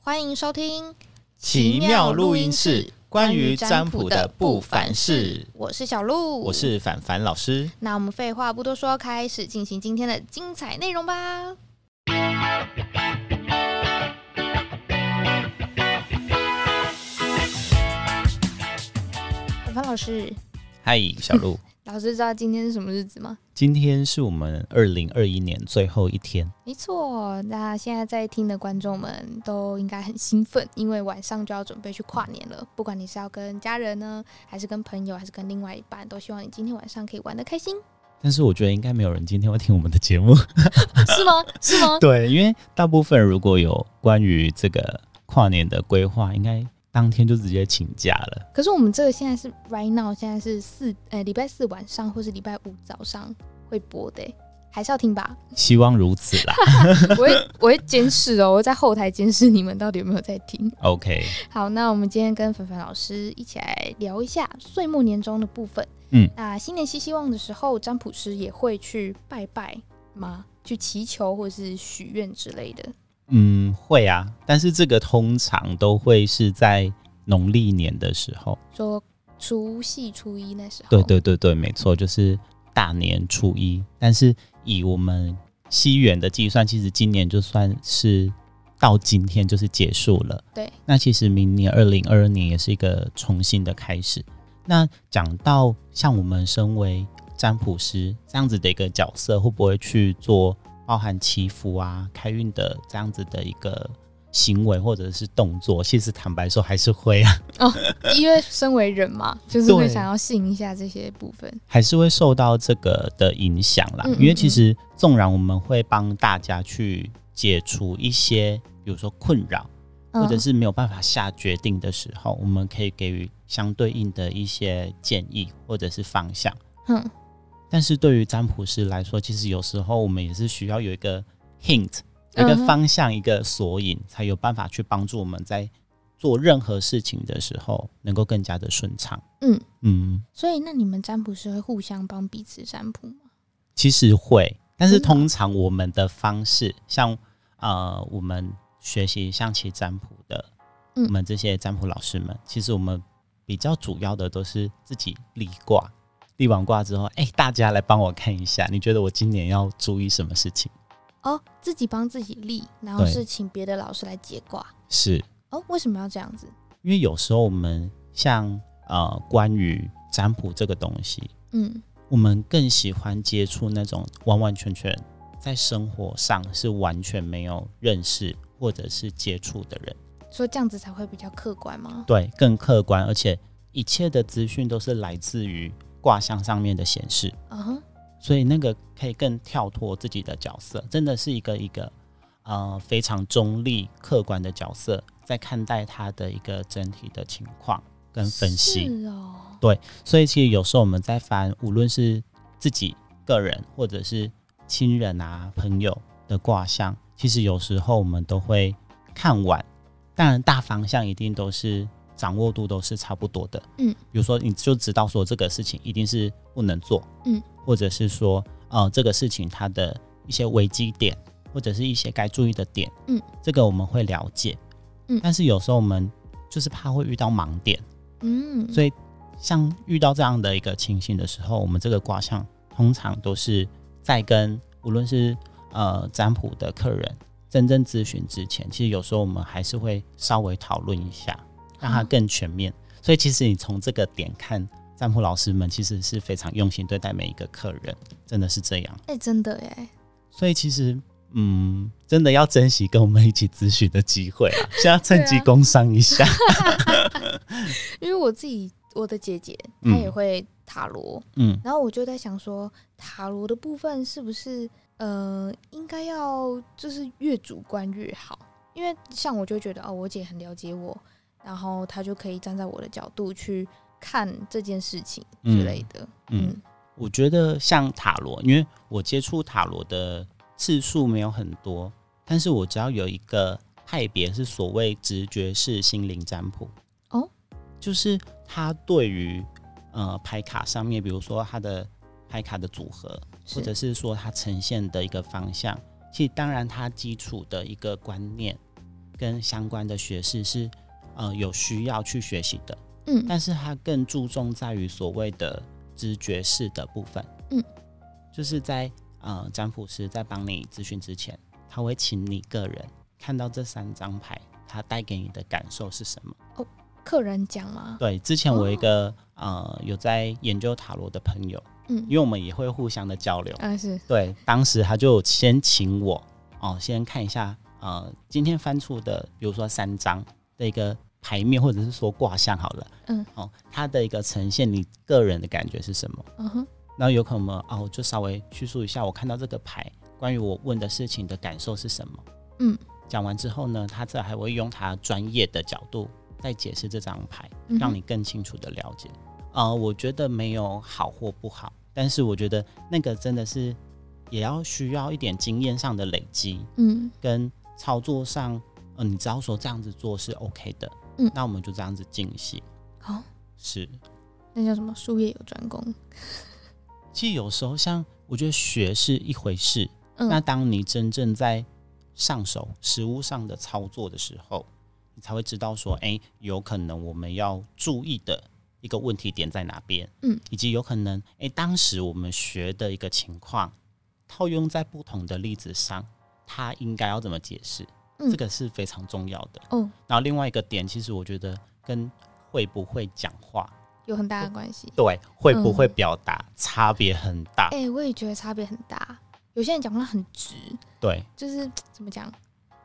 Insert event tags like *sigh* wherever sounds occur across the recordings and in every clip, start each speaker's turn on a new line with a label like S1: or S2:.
S1: 欢迎收听
S2: 奇妙录音室关于占卜的不凡事，
S1: 我是小鹿，
S2: 我。是凡凡老师。
S1: 那我们废话不多说，开始进行今天的精彩内容吧。范老师，
S2: 嗨，小鹿，
S1: 老师知道今天是什么日子吗？
S2: *laughs* 今天是我们二零二一年最后一天，
S1: 没错，那现在在听的观众们都应该很兴奋，因为晚上就要准备去跨年了。不管你是要跟家人呢，还是跟朋友，还是跟另外一半，都希望你今天晚上可以玩的开 *laughs* 心，
S2: 但是我觉得应该没有人今天会听我们的节 *laughs* 目。
S1: 是吗？是吗？
S2: 对，因为大部分如果有关于这个跨年的规划，应该当天就直接请假了。
S1: 可是我们这个现在是 right now，现在是四呃礼拜四晚上或是礼拜五早上会播的欸，还是要听
S2: *laughs*
S1: 吧。
S2: 希望如此 *laughs* 啦。
S1: 我会我会监视哦，我会在后台监视你们到底有没有在听。
S2: OK，
S1: 好，那我们今天跟凡凡老师一起来聊一下岁末年终的部分。
S2: 嗯，
S1: 那新年新希望的时候，占卜师也会去拜拜吗？去祈求或是许愿之类的。
S2: 嗯，会啊，但是这个通常都会是在农历年的时候。
S1: 说除夕初一那时候，
S2: 对对对对，没错，就是大年初一。但是以我们西元的计算，其实今年就算是到今天就是结束了。
S1: 对，
S2: 那其实明年二零二二年也是一个重新的开始。那讲到像我们身为占卜师这样子的一个角色，会不会去做包含祈福啊、开运的这样子的一个行为或者是动作？其实坦白说还是会啊。
S1: 因为身为人嘛，就是会
S2: 对
S1: 想要信一下这些部分。
S2: 还是会受到这个的影响啦。
S1: 嗯嗯
S2: 因为其实纵然我们会帮大家去解除一些，比如说困扰，或者
S1: 嗯
S2: 是没有办法下决定的时候，我们可以给予相对应的一些建议或者是方向。
S1: 哼，
S2: 但是对于占卜师来说，其实有时候我们也是需要有一个 hint，有一个
S1: 嗯哼
S2: 方向，一个索引，才有办法去帮助我们在做任何事情的时候能够更加的顺畅。
S1: 嗯
S2: 嗯。
S1: 所以那你们占卜师会互相帮彼此占卜吗？
S2: 其实会，但是
S1: 真的啊
S2: 通常我们的方式，像呃，我们学习象棋占卜的，
S1: 嗯
S2: 我们这些占卜老师们，其实我们比较主要的都是自己立卦，立完卦之后，哎、大家来帮我看一下，你觉得我今年要注意什么事情？
S1: 哦，自己帮自己立，然后
S2: 对
S1: 是请别的老师来解卦。
S2: 是
S1: 哦，为什么要这样子？
S2: 因为有时候我们像呃，关于占卜这个东西，
S1: 嗯，
S2: 我们更喜欢接触那种完完全全在生活上是完全没有认识或者是接触的人，
S1: 说这样子才会比较客观吗？
S2: 对，更客观，而且一切的资讯都是来自于卦象上面的显示，
S1: 嗯哼，
S2: 所以那个可以更跳脱自己的角色，真的是一个一个呃非常中立客观的角色，在看待他的一个整体的情况跟分析。
S1: 是哦，
S2: 所以其实有时候我们在翻，无论是自己个人或者是亲人啊、朋友的卦象，其实有时候我们都会看完。当然，大方向一定都是掌握度都是差不多的。
S1: 嗯，
S2: 比如说你就知道说这个事情一定是不能做，
S1: 嗯，
S2: 或者是说呃这个事情它的一些危机点或者是一些该注意的点，
S1: 嗯，
S2: 这个我们会了解。
S1: 嗯
S2: 但是有时候我们就是怕会遇到盲点。
S1: 嗯，
S2: 所以像遇到这样的一个情形的时候，我们这个卦象通常都是在跟无论是呃占卜的客人真正咨询之前，其实有时候我们还是会稍微讨论一下，让它更全面。所以其实你从这个点看，占卜老师们其实是非常用心对待每一个客人，真的是这样。
S1: 哎、真的哎，
S2: 所以其实。嗯，真的要珍惜跟我们一起咨询的机会啊！现在趁
S1: 对
S2: 机
S1: 啊
S2: 工商一下，
S1: 因为我自己我的姐姐她
S2: 嗯
S1: 也会塔罗，
S2: 嗯，
S1: 然后我就在想说，塔罗的部分是不是呃应该要就是越主观越好？因为像我就觉得哦，我姐很了解我，然后她就可以站在我的角度去看这件事情之类的。
S2: 嗯
S1: 嗯
S2: 我觉得像塔罗，因为我接触塔罗的次数没有很多，但是我只要有一个派别是所谓直觉式心灵占卜，
S1: 哦，
S2: 就是它对于呃牌卡上面，比如说它的牌卡的组合，
S1: 是
S2: 或者是说它呈现的一个方向，其实当然它基础的一个观念跟相关的学士是呃有需要去学习的，
S1: 嗯，
S2: 但是它更注重在于所谓的知觉式的部分，
S1: 嗯，
S2: 就是在呃占卜师在帮你咨询之前，他会请你个人看到这三张牌，它带给你的感受是什么。
S1: 客人讲吗？
S2: 对，之前我有一个、呃有在研究塔罗的朋友，
S1: 嗯
S2: 因，为我们也会互相的交流，
S1: 啊是，
S2: 对，当时他就先请我哦，先看一下呃，今天翻出的，比如说三张的一个牌面，或者是说卦象好了，
S1: 嗯，
S2: 哦，它的一个呈现，你个人的感觉是什么？
S1: 嗯哼，
S2: 然后有可能我们哦，就稍微叙述一下我看到这个牌关于我问的事情的感受是什么。
S1: 嗯，
S2: 讲完之后呢，他这还会用他专业的角度再解释这张牌，
S1: 嗯哼
S2: 让你更清楚的了解。呃，我觉得没有好或不好，但是我觉得那个真的是也要需要一点经验上的累积
S1: 嗯
S2: 跟操作上，呃，你知道说这样子做是 OK 的，
S1: 嗯
S2: 那我们就这样子进行。
S1: 好、
S2: 是，
S1: 那叫什么？术业有专攻。
S2: 其实有时候像我觉得学是一回事，
S1: 嗯，
S2: 那当你真正在上手实物上的操作的时候，你才会知道说，哎、有可能我们要注意的一个问题点在哪边，
S1: 嗯，
S2: 以及有可能，哎、当时我们学的一个情况，套用在不同的例子上，它应该要怎么解释，
S1: 嗯
S2: 这个是非常重要的。
S1: 哦
S2: 然后另外一个点，其实我觉得跟会不会讲话，
S1: 有很大的关系。
S2: 对，会不会
S1: 嗯
S2: 表达、差别很大，
S1: 哎、我也觉得差别很大。有些人讲话很直，
S2: 对。
S1: 就是怎么讲，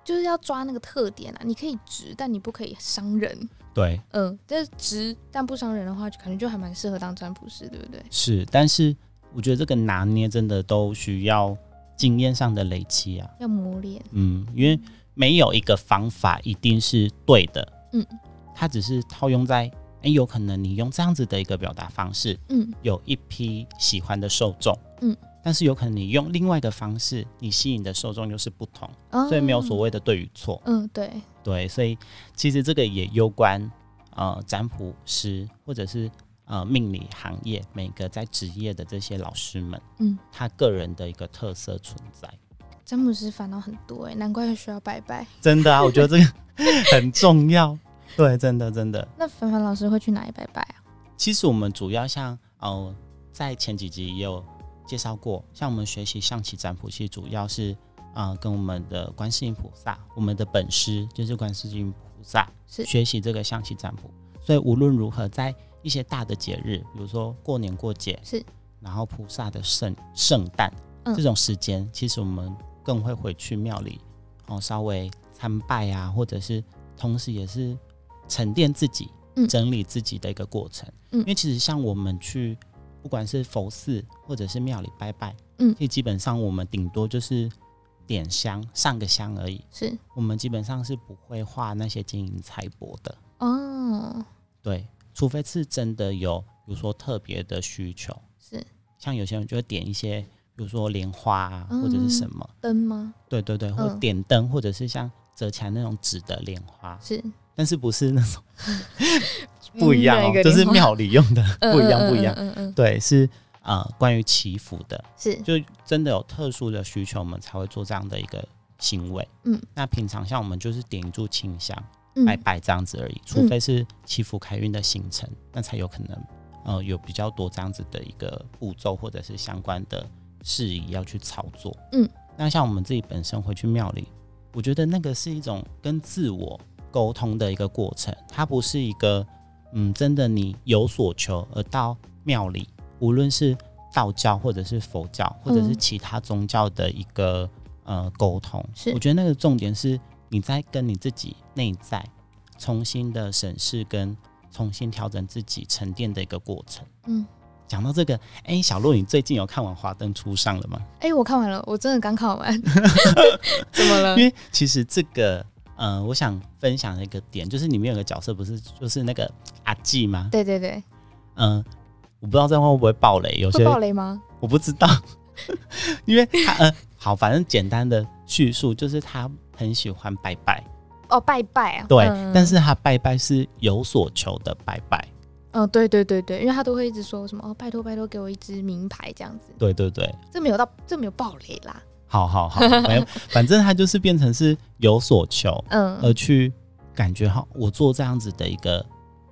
S1: 就是要抓那个特点啊。你可以直，但你不可以伤人。
S2: 对，
S1: 嗯，但是直但不伤人的话，就感觉就还蛮适合当占卜师，对不对？
S2: 是，但是我觉得这个拿捏真的都需要经验上的累积啊。
S1: 要磨练。
S2: 嗯，因为没有一个方法一定是对的。
S1: 嗯，
S2: 它只是套用在，哎，有可能你用这样子的一个表达方式，
S1: 嗯
S2: 有一批喜欢的受众。
S1: 嗯，
S2: 但是有可能你用另外一个方式，你吸引的受众又是不同，
S1: 哦
S2: 所以没有所谓的对与错。
S1: 嗯，对，
S2: 对，所以其实这个也攸关呃占卜师或者是呃命理行业每个在职业的这些老师们，
S1: 嗯，
S2: 他个人的一个特色存在。
S1: 占卜师烦恼很多哎、难怪需要拜拜。
S2: 真的啊，我觉得这个 *laughs* 很重要。对，真的真的。
S1: 那凡凡老师会去哪里拜拜啊？
S2: 其实我们主要像呃，在前几集也有介绍过，像我们学习象棋占卜，其实主要是啊、呃跟我们的观世音菩萨，我们的本师就是观世音菩萨，
S1: 是
S2: 学习这个象棋占卜。所以无论如何，在一些大的节日，比如说过年过节，
S1: 是，
S2: 然后菩萨的圣圣诞、
S1: 嗯
S2: 这种时间，其实我们更会回去庙里哦，稍微参拜啊，或者是同时也是沉淀自己、
S1: 嗯
S2: 整理自己的一个过程。
S1: 嗯
S2: 因为其实像我们去，不管是佛寺或者是庙里拜拜，
S1: 嗯
S2: 其实基本上我们顶多就是点香、上个香而已，
S1: 是
S2: 我们基本上是不会画那些金银财帛的，
S1: 哦，
S2: 对，除非是真的有，比如说特别的需求，
S1: 是
S2: 像有些人就会点一些，比如说莲花啊，或者是什么，
S1: 灯吗？
S2: 对对对，或
S1: 嗯
S2: 点灯，或者是像折起来那种纸的莲花，
S1: 是
S2: 但是不是那种不一样
S1: 嗯另外
S2: 哦
S1: 一，个
S2: 就是
S1: 莲花
S2: 庙里用的 *laughs* 不一样不一样，
S1: 嗯嗯嗯嗯嗯嗯
S2: 对，是呃关于祈福的，
S1: 是
S2: 就真的有特殊的需求，我们才会做这样的一个行为。
S1: 嗯，
S2: 那平常像我们就是点一炷清香，
S1: 嗯
S2: 拜拜这样子而已，除非是祈福开运的行程，那才有可能呃有比较多这样子的一个步骤或者是相关的事宜要去操作。
S1: 嗯，
S2: 那像我们自己本身回去庙里，我觉得那个是一种跟自我沟通的一个过程，它不是一个嗯真的你有所求而到庙里，无论是道教或者是佛教或者是
S1: 嗯
S2: 其他宗教的一个、呃沟通，
S1: 是
S2: 我觉得那个重点是你在跟你自己内在重新的审视跟重新调整自己沉淀的一个过程。
S1: 嗯。
S2: 讲到这个，哎、小鹿，你最近有看完《华灯初上》了吗？
S1: 哎、我看完了，我真的刚看
S2: *laughs*
S1: 完，怎么了
S2: 因？为其实这个，呃，我想分享的一个点，就是里面有个角色不是就是那个阿纪吗？
S1: 对对对，
S2: 嗯、我不知道这样会不会爆雷，有
S1: 会
S2: 些
S1: 爆雷吗？
S2: 我不知道， *laughs* 因为他呃，好，反正简单的叙述就是他很喜欢拜拜，
S1: 哦，拜拜啊，
S2: 对，
S1: 嗯
S2: 但是他拜拜是有所求的拜拜，
S1: 嗯，对对对对，因为他都会一直说什么哦，拜托拜托，给我一支名牌这样子，
S2: 对对对，
S1: 这没有到，这没有爆雷啦，
S2: 好
S1: *laughs*
S2: 好好，没有，反正他就是变成是有所求，
S1: 嗯，
S2: 而去感觉好，我做这样子的一个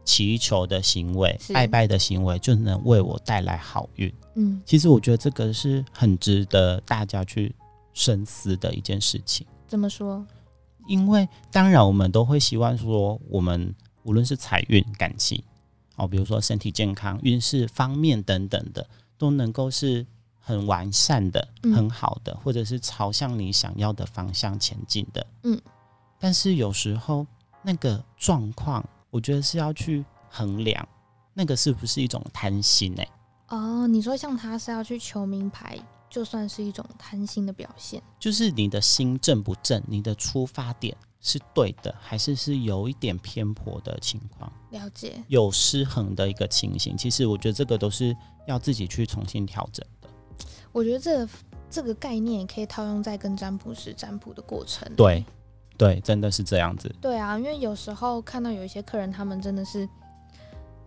S2: 祈求的行为、
S1: 是
S2: 拜拜的行为，就能为我带来好运。
S1: 嗯
S2: 其实我觉得这个是很值得大家去深思的一件事情，
S1: 怎么说？
S2: 因为当然我们都会希望说，我们无论是财运、感情，哦，比如说身体健康、运势方面等等的，都能够是很完善的、
S1: 嗯
S2: 很好的，或者是朝向你想要的方向前进的。
S1: 嗯，
S2: 但是有时候那个状况，我觉得是要去衡量，那个是不是一种贪心欸呢、
S1: 哦，你说像他是要去求名牌，就算是一种贪心的表现。
S2: 就是你的心正不正，你的出发点是对的，还是是有一点偏颇的情况，
S1: 了解，
S2: 有失衡的一个情形。其实我觉得这个都是要自己去重新调整的。
S1: 我觉得这个这个概念也可以套用在跟占卜师占卜的过程。
S2: 对，对，真的是这样子。
S1: 对啊，因为有时候看到有一些客人，他们真的是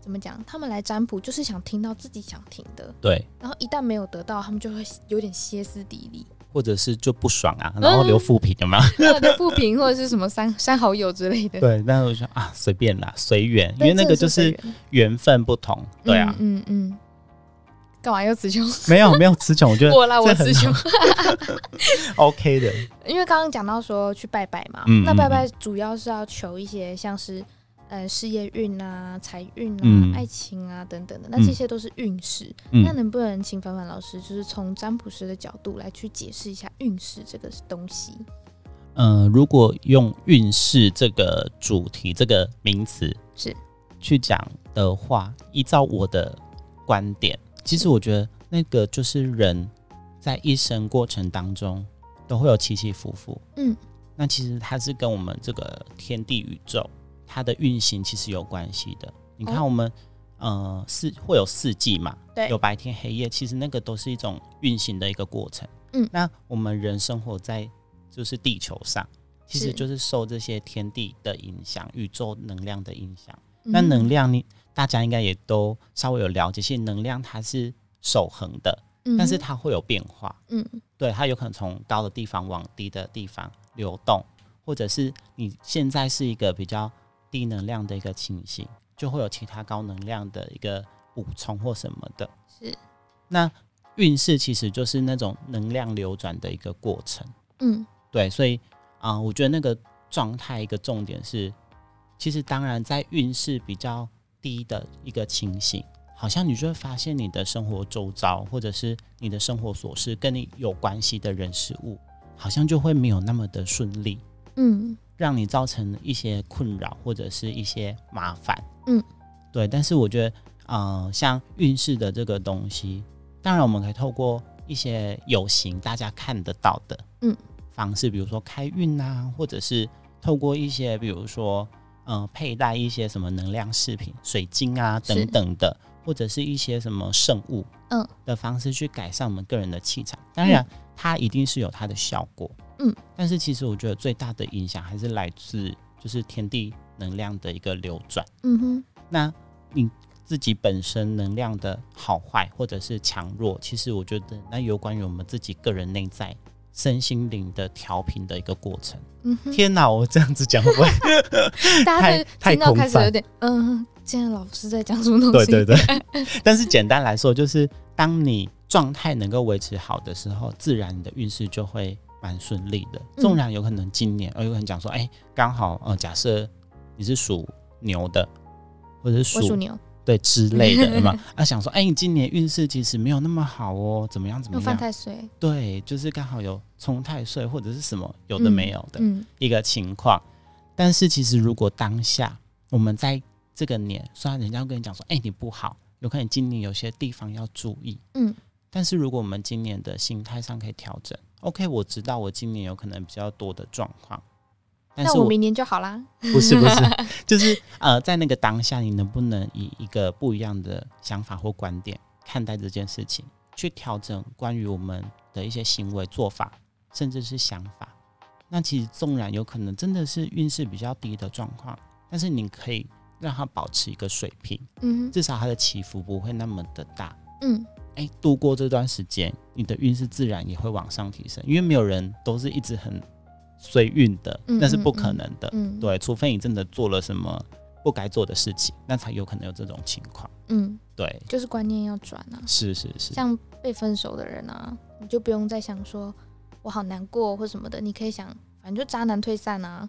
S1: 怎么讲？他们来占卜就是想听到自己想听的，
S2: 对，
S1: 然后一旦没有得到，他们就会有点歇斯底里，
S2: 或者是就不爽啊，然后
S1: 嗯
S2: 留负评有没有？
S1: 或者不平，或者是什么删删好友之类的。
S2: *laughs* 对，那我就说啊，随便啦，随缘，因
S1: 对
S2: 为那个就
S1: 这
S2: 是
S1: 随缘
S2: 缘分不同。对啊，
S1: 嗯嗯嗯，干嘛要词穷？
S2: *laughs* 没有没有词穷，我觉得
S1: 我啦，我
S2: 这很
S1: 词穷。
S2: *laughs* OK 的。
S1: *laughs* 因为刚刚讲到说去拜拜嘛，
S2: 嗯
S1: 那拜拜主要是要求一些像是呃事业运啊、财运啊、
S2: 嗯
S1: 爱情啊等等的，那
S2: 嗯
S1: 这些都是运势。那
S2: 嗯，
S1: 能不能请凡凡老师，就是从占卜师的角度来去解释一下运势这个东西？
S2: 呃，如果用运势这个主题这个名词，
S1: 是
S2: 去讲的话，依照我的观点，其实我觉得那个就是人在一生过程当中都会有起起伏伏。
S1: 嗯，
S2: 那其实它是跟我们这个天地宇宙它的运行其实有关系的。你看
S1: 哦
S2: 我们、呃四会有四季嘛，
S1: 对
S2: 有白天黑夜，其实那个都是一种运行的一个过程。
S1: 嗯
S2: 那我们人生活在就是地球上，其实
S1: 是
S2: 就是受这些天地的影响、宇宙能量的影响。那
S1: 量，
S2: 能量你大家应该也都稍微有了解，其实能量它是守恒的，
S1: 嗯
S2: 但是它会有变化，
S1: 嗯
S2: 对，它有可能从高的地方往低的地方流动，或者是你现在是一个比较低能量的一个情形，就会有其他高能量的一个补充或什么的。
S1: 是
S2: 那运势其实就是那种能量流转的一个过程。
S1: 嗯
S2: 对，所以啊、呃我觉得那个状态一个重点是，其实当然在运势比较低的一个情形，好像你就会发现你的生活周遭或者是你的生活琐事跟你有关系的人事物，好像就会没有那么的顺利，
S1: 嗯
S2: 让你造成一些困扰或者是一些麻烦。
S1: 嗯，
S2: 对。但是我觉得，呃，像运势的这个东西，当然我们可以透过一些有形大家看得到的，
S1: 嗯，
S2: 方式，比如说开运啊，或者是透过一些，比如说，呃，佩戴一些什么能量饰品、水晶啊
S1: 是
S2: 等等的，或者是一些什么圣物，
S1: 嗯，
S2: 的方式去改善我们个人的气场。当然，它一定是有它的效果，
S1: 嗯，
S2: 但是其实我觉得最大的影响还是来自就是天地能量的一个流转。
S1: 嗯哼
S2: 那你自己本身能量的好坏或者是强弱，其实我觉得那有关于我们自己个人内在身心灵的调频的一个过程。
S1: 嗯哼，
S2: *laughs* 天哪，我这样子讲会 *laughs* 不会？
S1: 大家对
S2: 太
S1: 听到
S2: 太空
S1: 开始
S2: 泛
S1: 有点嗯，现在老师在讲什么东
S2: 对
S1: 西？
S2: 对对。但是简单来说，就是当你状态能够维持好的时候，自然你的运势就会蛮顺利的。
S1: 嗯
S2: 纵然有可能今年，呃，有可能讲说，哎、刚好，呃，假设你是属牛的，或者是
S1: 我属哦
S2: 属
S1: 牛，
S2: 对之类的，对吗？
S1: *laughs*
S2: 啊，想说，哎、你今年运势其实没有那么好哦，怎么样怎
S1: 又
S2: 么
S1: 犯
S2: 样？
S1: 太岁，
S2: 对，就是刚好有冲太岁或者是什么有的没有的，
S1: 嗯
S2: 一个情况。但是其实如果当下我们在这个年，虽然人家会跟你讲说，哎、你不好，有可能今年有些地方要注意，
S1: 嗯，
S2: 但是如果我们今年的心态上可以调整，OK，我知道我今年有可能比较多的状况，但
S1: 那
S2: 是
S1: 我
S2: 我
S1: 明年就好啦。
S2: *laughs* 不是不是，就是呃，在那个当下，你能不能以一个不一样的想法或观点看待这件事情，去调整关于我们的一些行为、做法，甚至是想法？那其实纵然有可能真的是运势比较低的状况，但是你可以让它保持一个水平，
S1: 嗯哼
S2: 至少它的起伏不会那么的大。
S1: 嗯
S2: 哎、哎、度过这段时间，你的运势自然也会往上提升，因为没有人都是一直很随运的，
S1: 嗯
S2: 那是不
S1: 嗯
S2: 可能的。
S1: 嗯，，
S2: 对，除非你真的做了什么不该做的事情，那才有可能有这种情况。
S1: 嗯，
S2: 对，
S1: 就是观念要转啊。
S2: 是是是，
S1: 像被分手的人啊，你就不用再想说我好难过或什么的，你可以想，反正就渣男退散啊。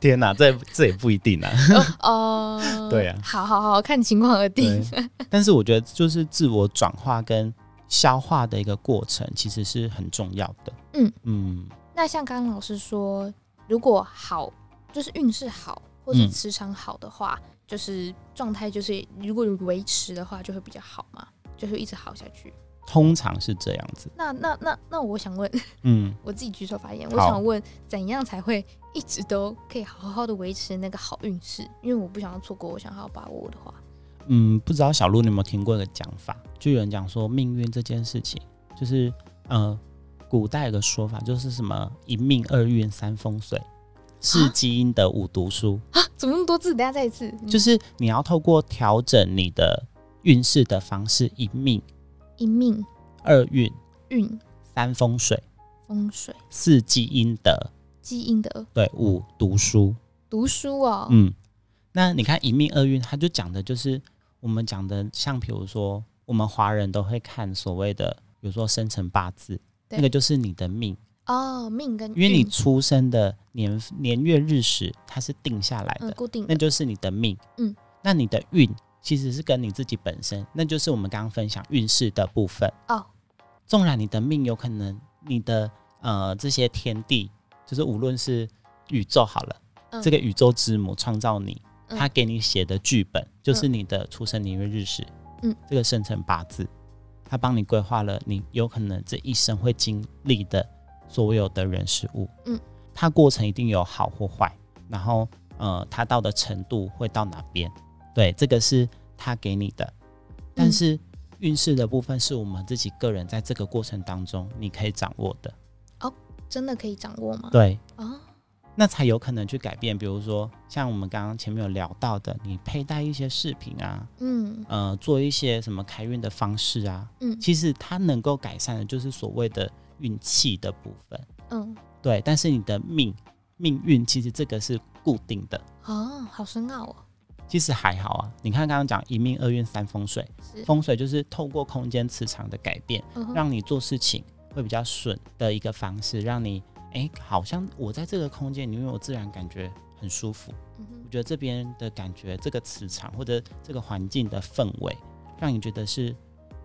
S2: 天哪，这这也不
S1: *laughs*
S2: 一定啊。 *laughs*
S1: 哦、
S2: 对啊
S1: 好好好，看情况而定。
S2: 对，但是我觉得就是自我转化跟消化的一个过程，其实是很重要的。
S1: 嗯
S2: 嗯，
S1: 那像刚刚老师说，如果好，就是运势好，或是
S2: 嗯
S1: 磁场好的话，就是状态就是如果有维持的话，就会比较好嘛，就会一直好下去。
S2: 通常是这样子。
S1: 那那那那，我想问， *laughs*
S2: 嗯，
S1: 我自己举手发言，
S2: 好
S1: 我想问，怎样才会一直都可以好好的维持那个好运势？因为我不想要错过，我想好好把握的话，
S2: 嗯，不知道小鹿你有没有听过一个讲法，就有人讲说命运这件事情，就是呃，古代有个说法就是什么一命二运三风水，是
S1: 啊
S2: 基因的五读书，
S1: 怎么那么多字？大家再一次，嗯
S2: 就是你要透过调整你的运势的方式，一命
S1: 一命
S2: 二运
S1: 运
S2: 三风水，
S1: 风水
S2: 四基因的
S1: 基因的
S2: 对五读书，
S1: 读书哦，
S2: 嗯，那你看一命二运，它就讲的就是我们讲的，像比如说我们华人都会看所谓的，比如说生辰八字，
S1: 对
S2: 那个就是你的命，
S1: 哦，命跟
S2: 因为你
S1: 运
S2: 出生的年年月日时它是定下来的，
S1: 嗯固定
S2: 那
S1: 的
S2: 就是你的命。
S1: 嗯，
S2: 那你的运其实是跟你自己本身，那就是我们刚刚分享运势的部分。
S1: 哦，
S2: 纵然你的命有可能你的呃这些天地，就是无论是宇宙好了，
S1: 嗯
S2: 这个宇宙之母创造你，
S1: 嗯
S2: 他给你写的剧本就是你的出生年月日时，
S1: 嗯，
S2: 这个生辰八字，他帮你规划了你有可能这一生会经历的所有的人事物，
S1: 嗯，
S2: 它过程一定有好或坏，然后呃，它到的程度会到哪边，对，这个是他给你的，但
S1: 嗯
S2: 是运势的部分是我们自己个人在这个过程当中你可以掌握的，
S1: 真的可以掌握吗？
S2: 对，
S1: 啊，
S2: 那才有可能去改变。比如说，像我们刚刚前面有聊到的，你佩戴一些饰品啊，
S1: 嗯
S2: 呃，做一些什么开运的方式啊，
S1: 嗯
S2: 其实它能够改善的就是所谓的运气的部分。
S1: 嗯，
S2: 对，但是你的命命运其实这个是固定的，
S1: 哦，好深奥哦，
S2: 其实还好啊。你看刚刚讲一命二运三风水，
S1: 是，
S2: 风水就是透过空间磁场的改变，
S1: 嗯哼
S2: 让你做事情会比较顺的一个方式，让你哎，好像我在这个空间里面，我自然感觉很舒服。
S1: 嗯哼
S2: 我觉得这边的感觉，这个磁场或者这个环境的氛围，让你觉得是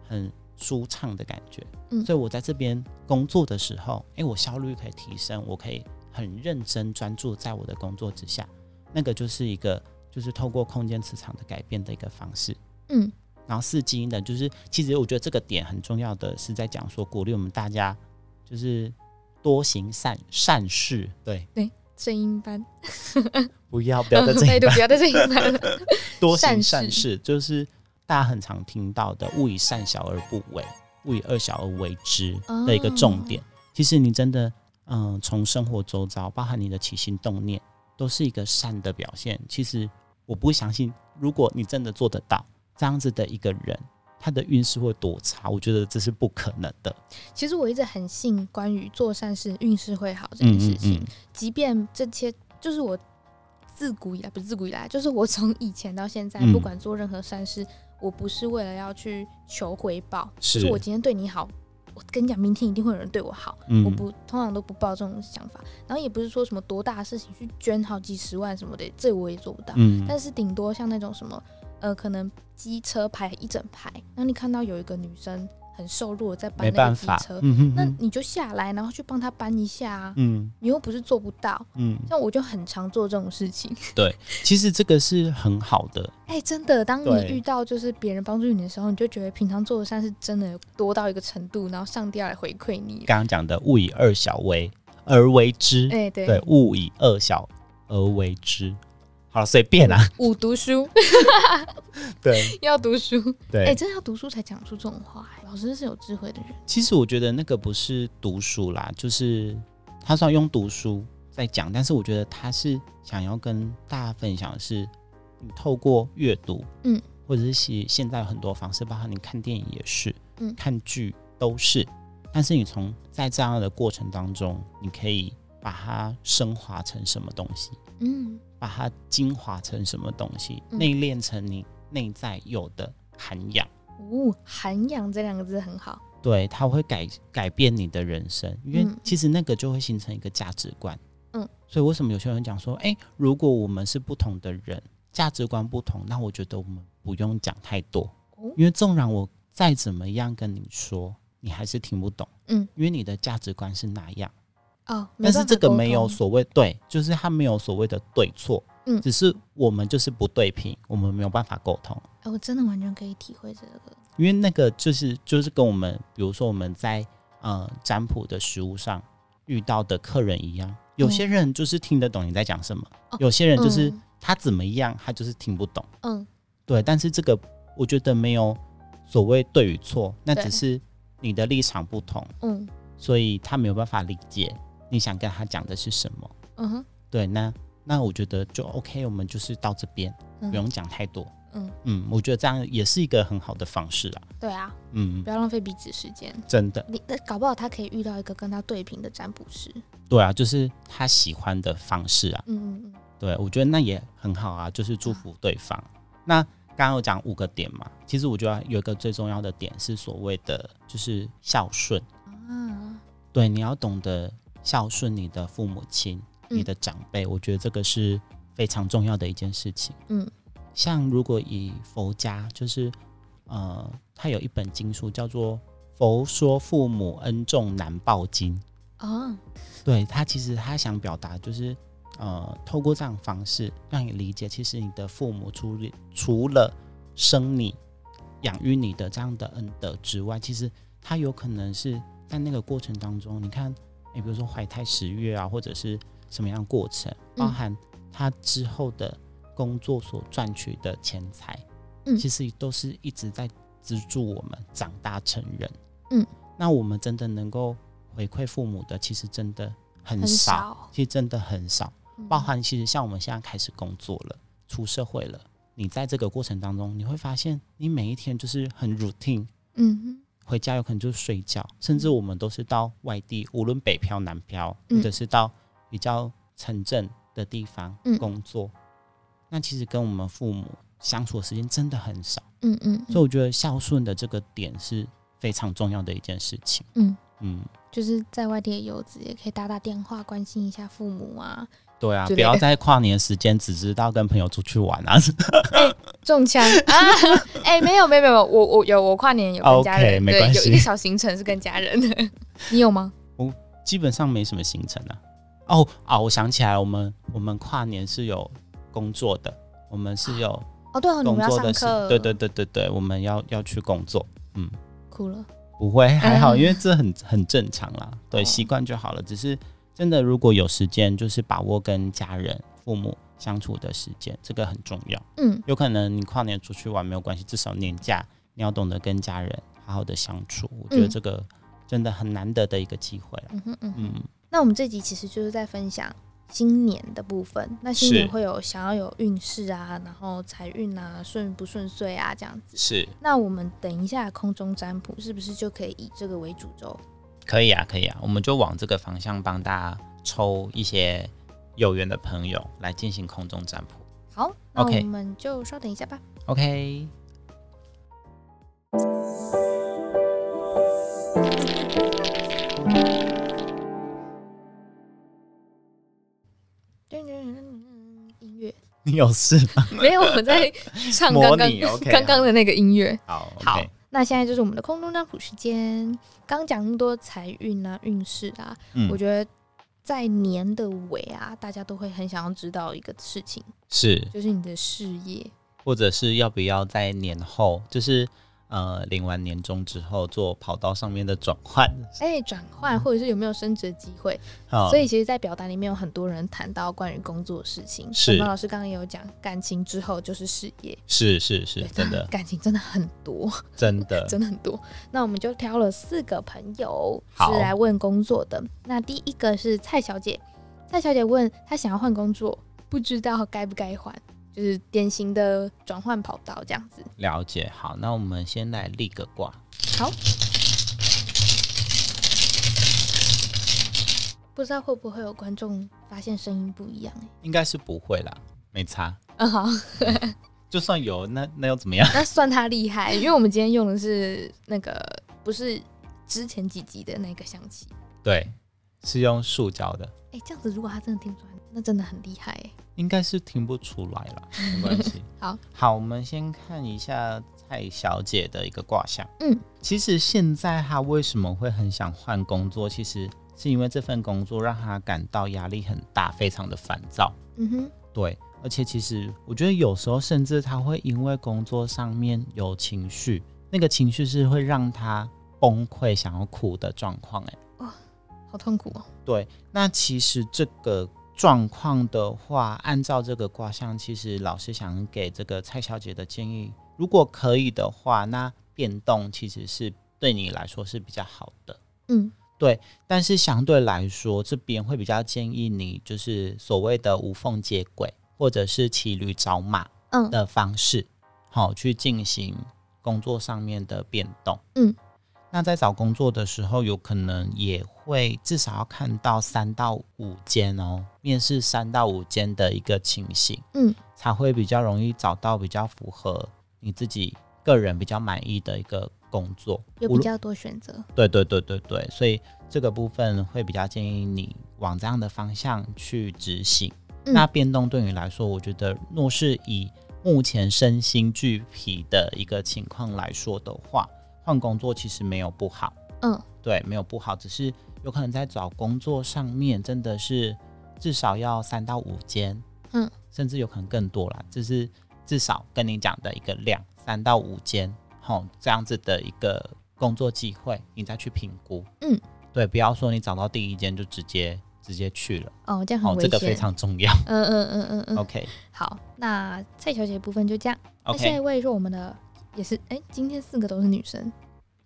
S2: 很舒畅的感觉。
S1: 嗯
S2: 所以我在这边工作的时候，诶，我效率可以提升，我可以很认真专注在我的工作之下。那个就是一个，就是透过空间磁场的改变的一个方式。
S1: 嗯
S2: 然后四基因的，就是其实我觉得这个点很重要的是在讲说，鼓励我们大家就是多行善善事，对，
S1: 正音班，
S2: 不要不
S1: *laughs*
S2: 要在这
S1: 拜
S2: 里
S1: 托不要在这一班了， *laughs*
S2: 多
S1: 善
S2: 行
S1: 事
S2: 善事，就是大家很常听到的“勿以善小而不为，勿以恶小而为之”
S1: 哦
S2: 的一个重点。其实你真的，嗯、从生活周遭，包含你的起心动念，都是一个善的表现。其实我不相信，如果你真的做得到这样子的一个人，他的运势会多差，我觉得这是不可能的。
S1: 其实我一直很信关于做善事运势会好这件事
S2: 嗯
S1: 情，即便这些就是我自古以来不是自古以来，就是我从以前到现在，
S2: 嗯
S1: 不管做任何善事，我不是为了要去求回报，
S2: 是
S1: 就我今天对你好，我跟你讲，明天一定会有人对我好，
S2: 嗯
S1: 我不通常都不抱这种想法，然后也不是说什么多大的事情去捐好几十万什么的，这我也做不到，
S2: 嗯
S1: 但是顶多像那种什么，呃，可能机车排一整排，然后你看到有一个女生很瘦弱在搬
S2: 没
S1: 那
S2: 办
S1: 个机
S2: 法，
S1: 车，
S2: 嗯哼
S1: 那
S2: 哼
S1: 你就下来，然后去帮她搬一下啊，
S2: 嗯
S1: 你又不是做不到。
S2: 嗯，
S1: 像我就很常做这种事情， *laughs*
S2: 其实这个是很好的，
S1: 哎、真的，当
S2: 对
S1: 你遇到就是别人帮助你的时候，你就觉得平常做的善事真的多到一个程度，然后上帝要来回馈你。
S2: 刚刚讲的“勿以恶小为而为之”，
S1: 哎、对，
S2: 对，勿以恶小而为之。好了，随便啦、
S1: 五读书 *laughs*
S2: *laughs* 对
S1: 要读书，
S2: 对
S1: 哎、真的要读书才讲出这种话、哎老师是有智慧的人，
S2: 其实我觉得那个不是读书啦，就是他虽然用读书在讲，但是我觉得他是想要跟大家分享的是，你透过阅读，
S1: 嗯，
S2: 或者是现现在有很多方式，包括你看电影也是，
S1: 嗯
S2: 看剧都是。但是你从在这样的过程当中，你可以把它升华成什么东西，
S1: 嗯
S2: 把它精华成什么东西，
S1: 嗯
S2: 内敛成你内在有的涵养。
S1: 哦，涵养这两个字很好，
S2: 对，它会改改变你的人生，因为
S1: 嗯
S2: 其实那个就会形成一个价值观。
S1: 嗯，
S2: 所以为什么有些人讲说，哎、如果我们是不同的人，价值观不同，那我觉得我们不用讲太多，
S1: 哦
S2: 因为纵然我再怎么样跟你说，你还是听不懂。
S1: 嗯，
S2: 因为你的价值观是哪样，
S1: 哦，没
S2: 但是
S1: 办法
S2: 这个
S1: 沟
S2: 没有
S1: 通
S2: 所谓对，就是它没有所谓的对错，
S1: 嗯
S2: 只是我们就是不对平，我们没有办法沟通。
S1: 哎、我真的完全可以体会这个，
S2: 因为那个就是就是跟我们，比如说我们在呃占卜的实物上遇到的客人一样，有些人就是听得懂你在讲什么，
S1: 嗯哦
S2: 有些人就是
S1: 嗯
S2: 他怎么样，他就是听不懂。
S1: 嗯
S2: 对，但是这个我觉得没有所谓对与错，那
S1: 对
S2: 只是你的立场不同，
S1: 嗯
S2: 所以他没有办法理解你想跟他讲的是什么。
S1: 嗯哼，
S2: 对，那那我觉得就 OK，我们就是到这边，
S1: 嗯
S2: 不用讲太多。
S1: 嗯，
S2: 嗯，我觉得这样也是一个很好的方式啊。
S1: 对啊，
S2: 嗯
S1: 不，要浪费彼此时间。
S2: 真的。
S1: 你那搞不好他可以遇到一个跟他对平的占卜师，
S2: 对啊，就是他喜欢的方式啊。
S1: 嗯嗯嗯，
S2: 对，我觉得那也很好啊，就是祝福对方。
S1: 嗯
S2: 那刚刚有讲五个点嘛，其实我觉得有一个最重要的点是所谓的就是孝顺。
S1: 啊，
S2: 对，你要懂得孝顺你的父母亲、
S1: 嗯
S2: 你的长辈，我觉得这个是非常重要的一件事情。
S1: 嗯，
S2: 像如果以佛家，就是呃，它有一本经书叫做《佛说父母恩重难报经》。
S1: 哦，
S2: 对他，其实他想表达就是，呃，透过这样的方式让你理解，其实你的父母除了除了生你、养育你的这样的恩德之外，其实他有可能是在那个过程当中，你看，你比如说怀胎十月啊，或者是什么样的过程，包
S1: 嗯
S2: 含他之后的工作所赚取的钱财，
S1: 嗯
S2: 其实都是一直在资助我们长大成人。
S1: 嗯，
S2: 那我们真的能够回馈父母的，其实真的很少，
S1: 很少
S2: 其实真的很少。
S1: 嗯
S2: 包含其实像我们现在开始工作了，出社会了，你在这个过程当中，你会发现你每一天就是很 routine，
S1: 嗯
S2: 回家有可能就是睡觉，甚至我们都是到外地，无论北漂南漂，
S1: 嗯
S2: 或者是到比较城镇的地方
S1: 嗯
S2: 工作，那其实跟我们父母相处的时间真的很少。
S1: 嗯嗯
S2: 所以
S1: 嗯，
S2: 我觉得孝顺的这个点是非常重要的一件事情。
S1: 嗯
S2: 嗯，
S1: 就是在外地的游子也可以打打电话关心一下父母啊，
S2: 对啊，
S1: 之类
S2: 不
S1: 的
S2: 要在跨年时间只知道跟朋友出去玩啊。 *laughs*
S1: 中枪 *laughs* 啊！哎、没有没有没有，我我有我跨年有跟家
S2: 啊 OK，
S1: 人
S2: 没
S1: 对
S2: 关
S1: 有
S2: 系
S1: 一个小行程是跟家人
S2: *laughs*
S1: 的，你有吗？
S2: 基本上没什么行程啊。哦啊，我想起来了，我们我们跨年是有工作的，我们是有
S1: 哦对哦，你
S2: 工
S1: 们要
S2: 作
S1: 上
S2: 的事，
S1: 课，
S2: 对对，对对对，我们要要去工作。
S1: 哭了，
S2: 不会，还好，
S1: 嗯
S2: 因为这很很正常啦，对，
S1: 哦
S2: 习惯就好了。只是真的，如果有时间，就是把握跟家人、父母相处的时间，这个很重要。
S1: 嗯
S2: 有可能你跨年出去玩没有关系，至少年假你要懂得跟家人好好的相处，我觉得
S1: 嗯
S2: 这个真的很难得的一个机会啦。
S1: 嗯哼嗯哼。
S2: 嗯，
S1: 那我们这集其实就是在分享新年的部分。那新年
S2: 是
S1: 会有想要有运势啊，然后财运啊，顺不顺遂啊这样子。
S2: 是
S1: 那我们等一下空中占卜是不是就可以以这个为主轴？
S2: 可以啊，可以啊，我们就往这个方向帮大家抽一些有缘的朋友来进行空中占卜。
S1: 好，那
S2: OK
S1: 我们就稍等一下吧。
S2: OK，
S1: 音乐
S2: 你有事吗？ *laughs*
S1: 没有，我在唱刚
S2: 模
S1: 刚
S2: 拟 OK，
S1: 刚刚的那个音乐。
S2: 好
S1: 好
S2: OK，
S1: 那现在就是我们的空中占卜时间。刚讲那么多财运啊、运势啊，我
S2: 嗯，
S1: 觉得在年的尾啊，大家都会很想要知道一个事情，
S2: 是，
S1: 就是你的事业。
S2: 或者是要不要在年后，就是呃领完年终之后做跑道上面的转换？哦
S1: 哎、转换或者是有没有升职的机会？
S2: 好
S1: 所以其实，在表达里面有很多人谈到关于工作的事情。
S2: 是
S1: 小猫老师刚刚也有讲，感情之后就是事业，
S2: 是是是，真的
S1: *laughs* 感情真的很多，
S2: 真
S1: *laughs*
S2: 的
S1: 真的很多。那我们就挑了四个朋友
S2: 好
S1: 是来问工作的。那第一个是蔡小姐，蔡小姐问她想要换工作，不知道该不该换。就是典型的转换跑道这样子。
S2: 了解。好，那我们先来立个卦。
S1: 好，不知道会不会有观众发现声音不一样、欸？
S2: 应该是不会啦，没差。
S1: 嗯，好，
S2: 就算有，那那又怎么样？
S1: *laughs* 那算他厉害，因为我们今天用的是那个不是之前几集的那个象棋。
S2: 对，是用塑胶的，
S1: 哎、这样子如果他真的听出来，那真的很厉害、欸。。
S2: 应该是听不出来啦，没关系
S1: *laughs* 好，
S2: 好，我们先看一下蔡小姐的一个卦象。
S1: 嗯，
S2: 其实现在她为什么会很想换工作，其实是因为这份工作让她感到压力很大，非常的烦躁。
S1: 嗯哼，
S2: 对，而且其实我觉得有时候甚至他会因为工作上面有情绪，那个情绪是会让他崩溃、想要哭的状况。哎，
S1: 好痛苦哦。
S2: 那其实这个状况的话，按照这个卦象，其实老师想给这个蔡小姐的建议，如果可以的话，那变动其实是对你来说是比较好的。
S1: 嗯，
S2: 但是相对来说，这边会比较建议你，就是所谓的无缝接轨，或者是骑驴找马。
S1: 嗯
S2: 的方式，好去进行工作上面的变动。
S1: 嗯，
S2: 那在找工作的时候，有可能也会至少要看到三到五间哦，面试三到五间的一个情形，
S1: 嗯，
S2: 才会比较容易找到比较符合你自己个人比较满意的一个工作。
S1: 有比
S2: 无论
S1: 较多选择。
S2: 对对对对对，所以这个部分会比较建议你往这样的方向去执行。
S1: 嗯
S2: 那变动对你来说，我觉得若是以目前身心俱疲的一个情况来说的话，换工作其实没有不好，
S1: 嗯
S2: 对，没有不好，只是有可能在找工作上面真的是至少要三到五间，
S1: 嗯，
S2: 甚至有可能更多啦，这是至少跟你讲的一个量，三到五间，吼，这样子的一个工作机会，你再去评估，
S1: 嗯，
S2: 对，不要说你找到第一间就直接直接去了，
S1: 哦，这样很
S2: 哦，
S1: 危
S2: 这
S1: 险。
S2: 个非常重要。
S1: 嗯嗯嗯嗯嗯。
S2: OK
S1: 好，那蔡小姐的部分就这样。那下一
S2: OK，
S1: 位是我们的，也是哎、今天四个都是女生。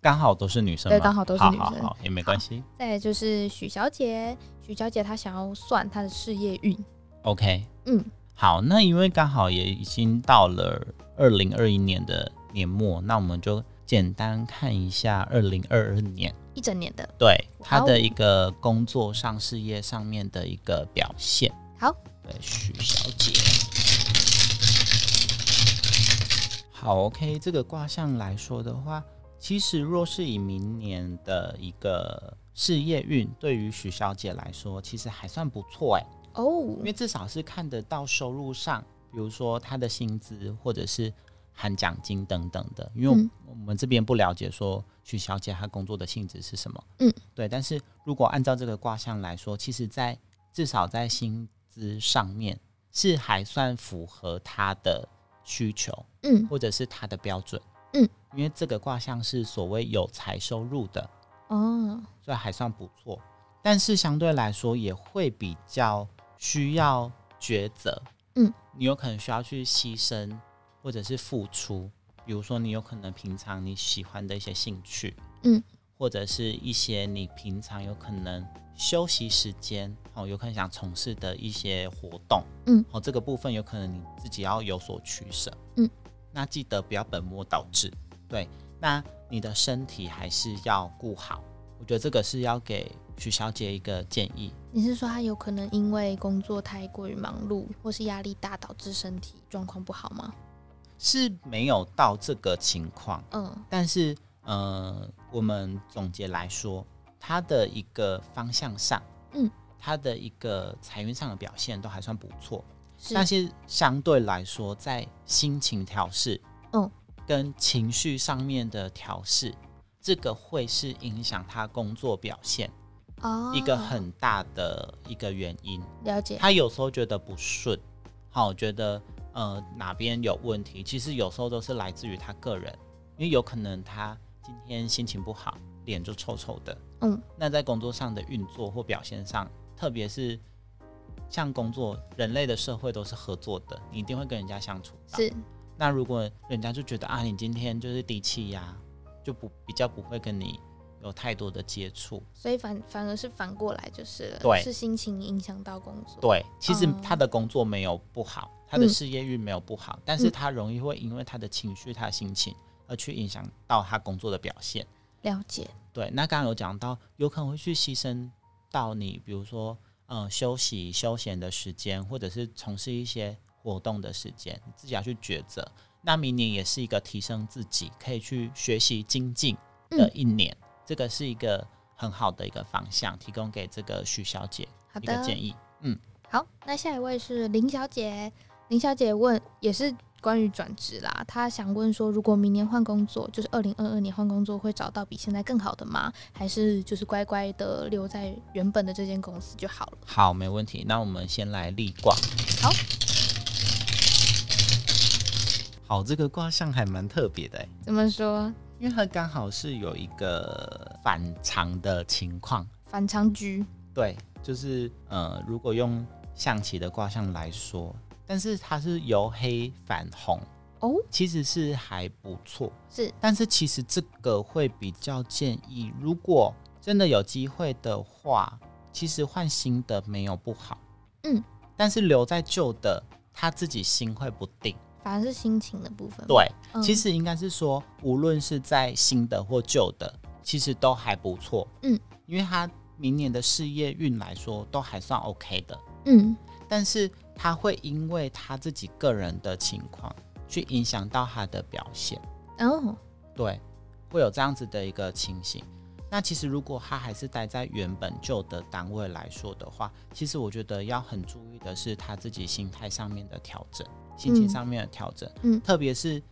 S2: 刚好都是女生吗，
S1: 对刚好都是女
S2: 好
S1: 生
S2: 好好也没关系。
S1: 再来就是许小姐，许小姐她想要算她的事业运。
S2: OK，
S1: 嗯
S2: 好，那因为刚好也已经到了二零二一年的年末，那我们就简单看一下二零二二年
S1: 一整年的。
S2: 对他
S1: 哇哦
S2: 的一个工作上、事业上面的一个表现。
S1: 好，
S2: 对，许小姐。好，OK，这个卦象来说的话，其实若是以明年的一个事业运，对于许小姐来说，其实还算不错哎。
S1: 哦
S2: 因，为至少是看得到收入上，比如说他的薪资或者是含奖金等等的。因为
S1: 嗯
S2: 我我们这边不了解说许小姐她工作的性质是什么，
S1: 嗯，
S2: 对。但是如果按照这个卦象来说，其实在至少在薪资上面是还算符合她的需求
S1: 嗯
S2: 或者是她的标准，
S1: 嗯，
S2: 因为这个卦象是所谓有财收入的，
S1: 哦，
S2: 所以还算不错。但是相对来说，也会比较需要抉择。
S1: 嗯，
S2: 你有可能需要去牺牲或者是付出，比如说你有可能平常你喜欢的一些兴趣，
S1: 嗯，
S2: 或者是一些你平常有可能休息时间哦，有可能想从事的一些活动，
S1: 嗯，
S2: 哦，这个部分有可能你自己要有所取舍。
S1: 嗯，
S2: 那记得不要本末倒置。对，那你的身体还是要顾好。我觉得这个是要给许小姐一个建议。
S1: 你是说她有可能因为工作太过于忙碌，或是压力大导致身体状况不好吗？
S2: 是没有到这个情况，
S1: 嗯
S2: 但是呃，我们总结来说，她的一个方向上，
S1: 嗯，
S2: 她的一个财运上的表现都还算不错，
S1: 是
S2: 但是相对来说，在心情调试，
S1: 嗯，
S2: 跟情绪上面的调试，这个会是影响她工作表现
S1: 哦，
S2: 一个很大的一个原因。
S1: 了解。
S2: 他有时候觉得不顺，好、觉得呃哪边有问题，其实有时候都是来自于他个人，因为有可能他今天心情不好，脸就臭臭的，
S1: 嗯，
S2: 那在工作上的运作或表现上，特别是像工作，人类的社会都是合作的，你一定会跟人家相处到。
S1: 是
S2: 那如果人家就觉得啊，你今天就是低气压，就不比较不会跟你有太多的接触，
S1: 所以反反而是反过来就是了，
S2: 对
S1: 是心情影响到工作。
S2: 对，其实
S1: 哦
S2: 他的工作没有不好，他的
S1: 嗯
S2: 事业运没有不好，但是他容易会因为他的情绪、他的心情而去影响到他工作的表现。
S1: 了解，
S2: 对，那刚刚有讲到，有可能会去牺牲到你，比如说，嗯、休息、休闲的时间，或者是从事一些活动的时间，你自己要去抉择。那明年也是一个提升自己，可以去学习精进的
S1: 嗯
S2: 一年，这个是一个很好的一个方向，提供给这个许小姐
S1: 好
S2: 一个
S1: 的，
S2: 建议。
S1: 好，那下一位是林小姐，林小姐问也是关于转职啦，她想问说，如果明年换工作，就是二零二二年换工作，会找到比现在更好的吗？还是就是乖乖的留在原本的这间公司就好了？
S2: 好，没问题。那我们先来立卦。
S1: 好。
S2: 好，这个卦象还蛮特别的欸，
S1: 怎么说？
S2: 因为它刚好是有一个反常的情况。
S1: 反常局，
S2: 对，就是呃，如果用象棋的卦象来说，但是它是由黑反红，
S1: 哦，
S2: 其实是还不错。
S1: 是
S2: 但是其实这个会比较建议，如果真的有机会的话，其实换新的没有不好。
S1: 嗯，
S2: 但是留在旧的，他自己心会不定。
S1: 反而是心情的部分。，
S2: 对，
S1: 嗯
S2: 其实应该是说，无论是在新的或旧的，其实都还不错。
S1: 嗯，
S2: 因为他明年的事业运来说，都还算 OK 的。
S1: 嗯，
S2: 但是他会因为他自己个人的情况，去影响到他的表现。
S1: 然、后
S2: 对，会有这样子的一个情形。那其实如果他还是待在原本旧的单位来说的话，其实我觉得要很注意的是他自己心态上面的调整，心情
S1: 嗯
S2: 上面的调整。
S1: 嗯
S2: 特别是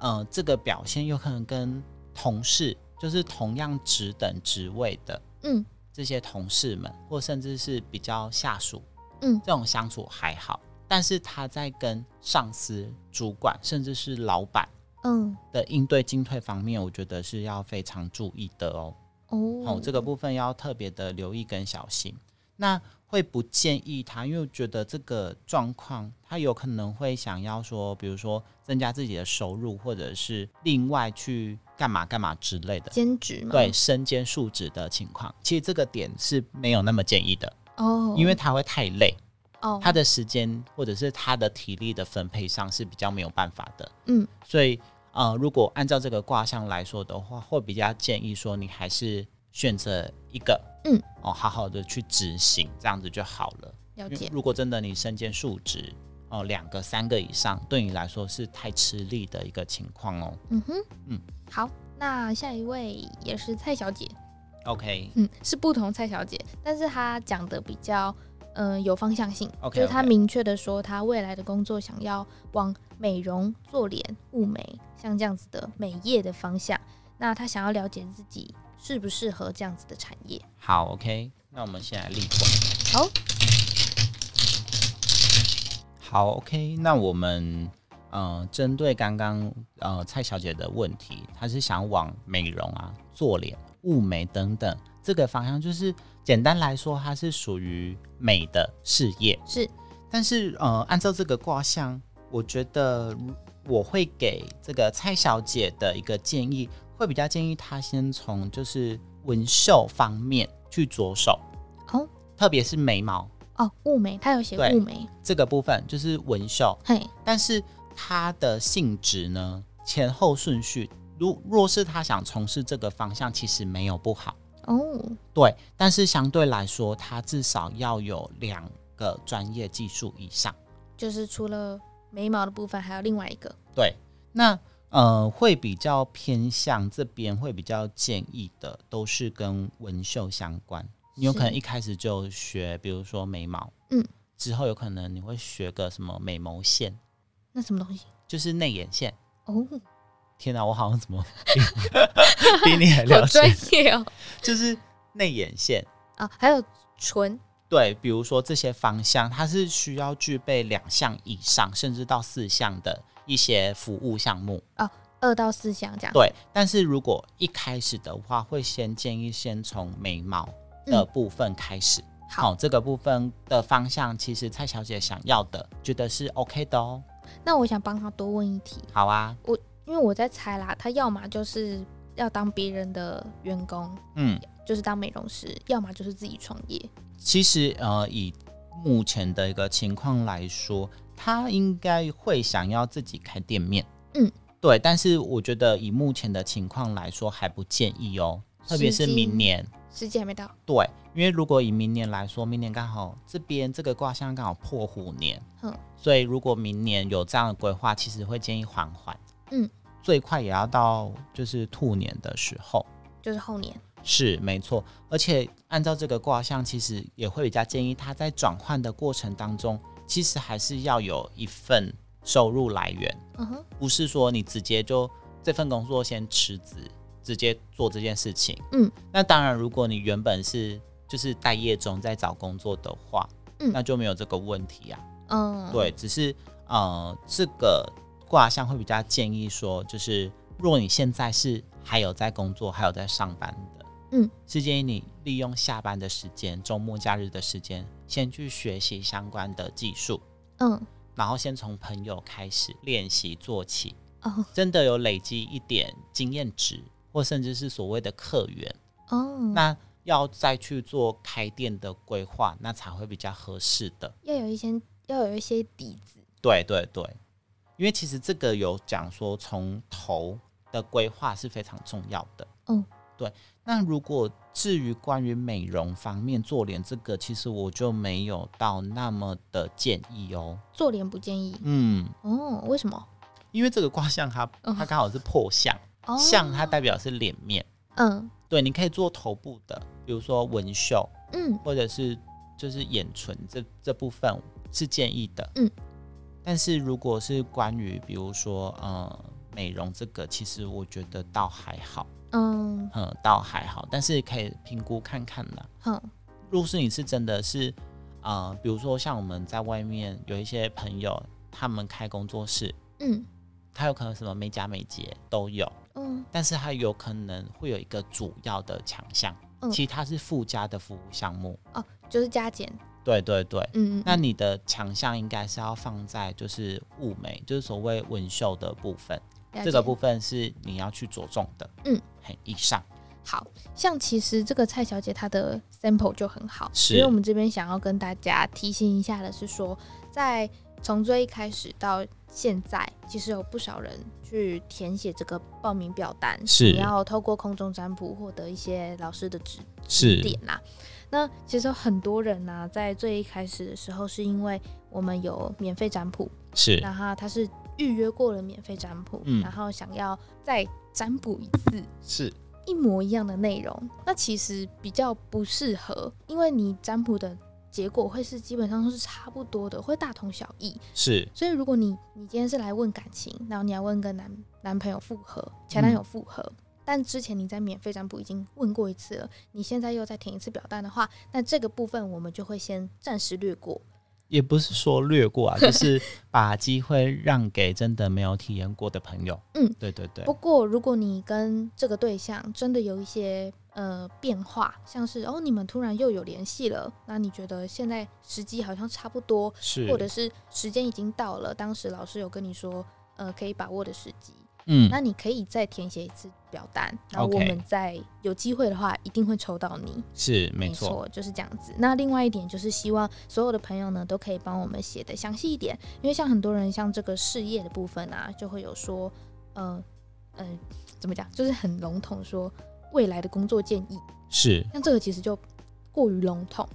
S2: 呃，这个表现有可能跟同事，就是同样职等职位的
S1: 嗯，
S2: 这些同事们，或甚至是比较下属，
S1: 嗯
S2: 这种相处还好。但是他在跟上司、主管，甚至是老板。
S1: 嗯，
S2: 的应对进退方面，我觉得是要非常注意的哦。
S1: 哦，
S2: 哦，这个部分要特别的留意跟小心。那会不建议他，因为我觉得这个状况，他有可能会想要说，比如说增加自己的收入，或者是另外去干嘛干嘛之类的，
S1: 兼职嘛，
S2: 对，，身兼数职的情况。其实这个点是没有那么建议的，
S1: 哦，
S2: 因为他会太累，
S1: 哦，
S2: 他的时间或者是他的体力的分配上是比较没有办法的。
S1: 嗯，
S2: 所以呃，如果按照这个卦象来说的话，会比较建议说你还是选择一个，
S1: 嗯，
S2: 哦，好好的去执行，这样子就好了。
S1: 了
S2: 因为
S1: 解，
S2: 如果真的你身兼数职，哦，两个、三个以上，对你来说是太吃力的一个情况哦。
S1: 嗯哼，
S2: 嗯，
S1: 好，那下一位也是蔡小姐，
S2: OK，
S1: 嗯，是不同蔡小姐，但是她讲的比较，嗯、有方向性
S2: OK，
S1: 就是她
S2: OK
S1: 明确的说，她未来的工作想要往美容、做脸、雾眉，像这样子的美业的方向。那她想要了解自己适不适合这样子的产业。
S2: 好，OK，那我们先来立卦。
S1: 好，
S2: 好，OK，那我们呃，针对刚刚呃蔡小姐的问题，她是想往美容啊、做脸、雾眉等等这个方向，就是简单来说，它是属于美的事业。
S1: 是，
S2: 但是呃，按照这个卦象，我觉得我会给这个蔡小姐的一个建议，会比较建议她先从就是纹绣方面去着手，
S1: 哦
S2: 特别是眉毛
S1: 哦，雾眉，她有写
S2: 对
S1: 雾眉，
S2: 这个部分，就是纹绣。
S1: 嘿，
S2: 但是它的性质呢，前后顺序，如若是他想从事这个方向，其实没有不好，
S1: 哦，
S2: 对。但是相对来说，他至少要有两个专业技术以上，
S1: 就是除了眉毛的部分，还有另外一个，
S2: 对。那呃，会比较偏向这边会比较建议的，都是跟纹绣相关。你有可能
S1: 是
S2: 一开始就学，比如说眉毛，
S1: 嗯，
S2: 之后有可能你会学个什么美眸线，
S1: 那什么东西？
S2: 就是内眼线。
S1: 哦，
S2: 天哪，我好像怎么比 *laughs* 比你还了
S1: 好专
S2: 解？
S1: 业
S2: *laughs*
S1: 哦，
S2: 就是内眼线，
S1: 啊，还有唇，
S2: 对，比如说这些方向，它是需要具备两项以上，甚至到四项的一些服务项目。
S1: 二到四项这样，
S2: 对，但是如果一开始的话，会先建议先从眉毛的部分开始。
S1: 嗯好
S2: 好、这个部分的方向，其实蔡小姐想要的，觉得是 OK 的哦。
S1: 那我想帮她多问一题，
S2: 好啊，
S1: 因为我在猜啦，他要么就是要当别人的员工，
S2: 嗯，
S1: 就是当美容师，要么就是自己创业。
S2: 其实呃，以目前的一个情况来说，他应该会想要自己开店面。
S1: 嗯，
S2: 对。但是我觉得以目前的情况来说，还不建议哦，特别是
S1: 时机
S2: 明年。
S1: 时间还没到，
S2: 对，因为如果以明年来说，明年刚好这边这个卦象刚好破虎年，
S1: 嗯
S2: 所以如果明年有这样的规划，其实会建议缓缓，
S1: 嗯，
S2: 最快也要到就是兔年的时候，
S1: 就是后年。
S2: 是没错。而且按照这个卦象，其实也会比较建议他在转换的过程当中，其实还是要有一份收入来源，
S1: 嗯哼，
S2: 不是说你直接就这份工作先辞职，直接做这件事情。
S1: 嗯，
S2: 那当然，如果你原本是就是待业中在找工作的话，
S1: 嗯
S2: 那就没有这个问题啊。
S1: 嗯，，
S2: 对，只是呃，这个卦象会比较建议说，就是如果你现在是还有在工作，还有在上班的，
S1: 嗯，
S2: 是建议你利用下班的时间、周末假日的时间，先去学习相关的技术，
S1: 嗯，
S2: 然后先从朋友开始练习做起。
S1: 哦，
S2: 真的有累积一点经验值，或甚至是所谓的客源，
S1: 哦，
S2: 那要再去做开店的规划，那才会比较合适的。
S1: 要有一些要有一些底子。
S2: 对对对，因为其实这个有讲说，从头的规划是非常重要的。
S1: 嗯，
S2: 对。那如果至于关于美容方面做脸这个，其实我就没有到那么的建议哦。
S1: 做脸不建议
S2: 嗯，
S1: 哦，为什么？
S2: 因为这个卦象它
S1: 哦
S2: 它刚好是破相，
S1: 哦，
S2: 相它代表是脸面。
S1: 嗯
S2: 对，你可以做头部的，比如说纹绣
S1: 嗯
S2: 或者是就是眼唇这这部分是建议的。
S1: 嗯，
S2: 但是如果是关于比如说呃美容这个，其实我觉得倒还好，
S1: 嗯
S2: 嗯，倒还好，但是可以评估看看啦。
S1: 哼
S2: 若是你是真的是呃，比如说像我们在外面有一些朋友，他们开工作室，
S1: 嗯
S2: 他有可能什么美甲美睫都有。
S1: 嗯
S2: 但是它有可能会有一个主要的强项，
S1: 嗯
S2: 其他是附加的服务项目。
S1: 哦，就是加减。
S2: 对对对，
S1: 嗯，嗯
S2: 那你的强项应该是要放在就是物美，就是所谓纹绣的部分，
S1: 了
S2: 这个
S1: 解
S2: 部分是你要去着重的。
S1: 嗯，
S2: 很以上
S1: 好像其实这个蔡小姐她的 sample 就很好，
S2: 是
S1: 因为我们这边想要跟大家提醒一下的是说，在从最一开始到现在，其实有不少人去填写这个报名表单，
S2: 是
S1: 你要透过空中占卜获得一些老师的指
S2: 是
S1: 点啦、那其实有很多人呢、在最一开始的时候，是因为我们有免费占卜，
S2: 是
S1: 然后他是预约过了免费占卜，
S2: 嗯
S1: 然后想要再占卜一次，
S2: 是
S1: 一模一样的内容，那其实比较不适合，因为你占卜的结果会是基本上都是差不多的，会大同小异。
S2: 是
S1: 所以如果你你今天是来问感情，然后你要问跟男男朋友复合、前男友复合，但之前你在免费占卜已经问过一次了，你现在又再填一次表单的话，那这个部分我们就会先暂时略过。
S2: 也不是说略过
S1: *laughs*
S2: 啊，就是把机会让给真的没有体验过的朋友。
S1: 嗯，
S2: 对对对
S1: 不，过，如果你跟这个对象真的有一些呃变化，像是哦你们突然又有联系了，那你觉得现在时机好像差不多，
S2: 是
S1: 或者是时间已经到了，当时老师有跟你说，呃可以把握的时机，
S2: 嗯
S1: 那你可以再填写一次表单，然后我
S2: OK
S1: 们再有机会的话，一定会抽到你。
S2: 是没错
S1: 错，就是这样子。那另外一点就是希望所有的朋友呢，都可以帮我们写的详细一点，因为像很多人像这个事业的部分啊，就会有说，呃，嗯、怎么讲，就是很笼统说未来的工作建议，
S2: 是
S1: 像这个其实就过于笼统。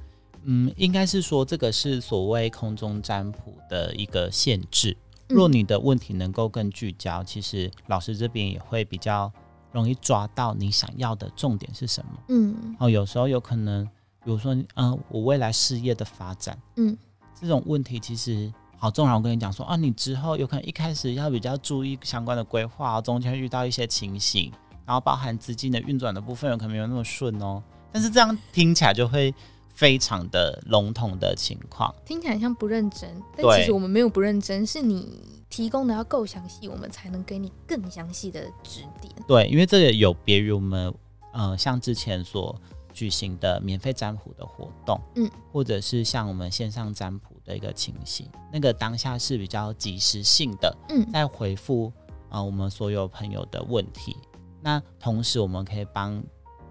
S2: 嗯，应该是说这个是所谓空中占卜的一个限制。
S1: 嗯
S2: 若你的问题能够更聚焦，其实老师这边也会比较容易抓到你想要的重点是什么。
S1: 嗯
S2: 哦，有时候有可能，比如说，嗯、我未来事业的发展，
S1: 嗯，
S2: 这种问题其实好重要。我跟你讲说，啊，你之后有可能一开始要比较注意相关的规划哦，中间会遇到一些情形，然后包含资金的运转的部分，有可能没有那么顺哦。但是这样听起来就会非常的笼统的情况。
S1: 听起来像不认真，但
S2: 对
S1: 其实我们没有不认真，是你提供的要够详细，我们才能给你更详细的指点。
S2: 对，因为这个有别于我们呃，像之前所举行的免费占卜的活动，
S1: 嗯，
S2: 或者是像我们线上占卜的一个情形，那个当下是比较及时性的，
S1: 嗯
S2: 在回复啊、呃我们所有朋友的问题。那同时，我们可以帮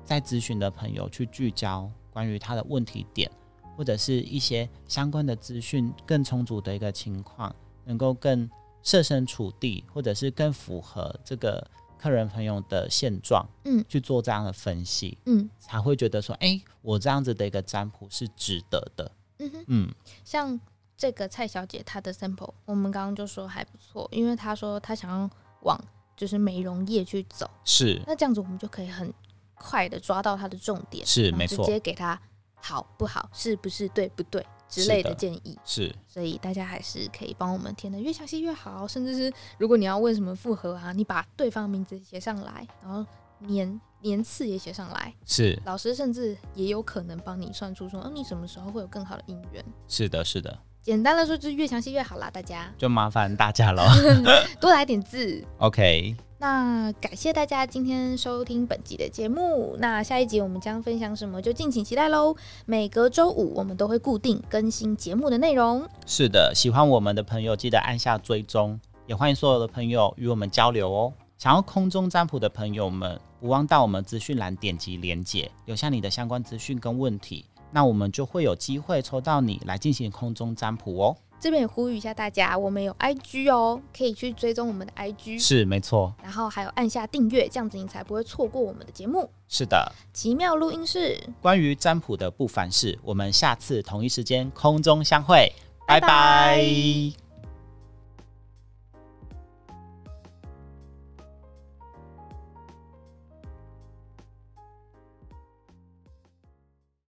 S2: 在咨询的朋友去聚焦关于他的问题点，或者是一些相关的资讯更充足的一个情况，能够更设身处地，或者是更符合这个客人朋友的现状，
S1: 嗯
S2: 去做这样的分析，
S1: 嗯
S2: 才会觉得说，哎、我这样子的一个占卜是值得的。
S1: 嗯哼，
S2: 嗯，
S1: 像这个蔡小姐她的 sample，我们刚刚就说还不错，因为她说她想要往就是美容业去走，
S2: 是
S1: 那这样子我们就可以很快的抓到她的重点，
S2: 是
S1: 然后
S2: 没
S1: 直
S2: 错
S1: 接给她好不好，是不是对不对之类
S2: 是
S1: 的
S2: 的
S1: 建议。
S2: 是
S1: 所以大家还是可以帮我们填的越详细越好，甚至是如果你要问什么复合啊，你把对方名字写上来，然后年年次也写上来，
S2: 是
S1: 老师甚至也有可能帮你算出说，嗯、你什么时候会有更好的姻缘。
S2: 是的，是的，
S1: 简单的说，就是越详细越好啦，大家
S2: 就麻烦大家 *laughs* 了。
S1: 多来点字。
S2: OK，
S1: 那感谢大家今天收听本集的节目。那下一集我们将分享什么，就敬请期待喽。每隔周五我们都会固定更新节目的内容。
S2: 是的，喜欢我们的朋友记得按下追踪，也欢迎所有的朋友与我们交流哦。想要空中占卜的朋友们，不忘到我们资讯栏点击连结，留下你的相关资讯跟问题，那我们就会有机会抽到你来进行空中占卜哦。
S1: 这边也呼吁一下大家，我们有 IG 哦，可以去追踪我们的 IG，
S2: 是，没错，
S1: 然后还有按下订阅，这样子你才不会错过我们的节目。
S2: 是的。
S1: 奇妙录音室，
S2: 关于占卜的不凡事，我们下次同一时间空中相会，
S1: 拜
S2: 拜拜
S1: 拜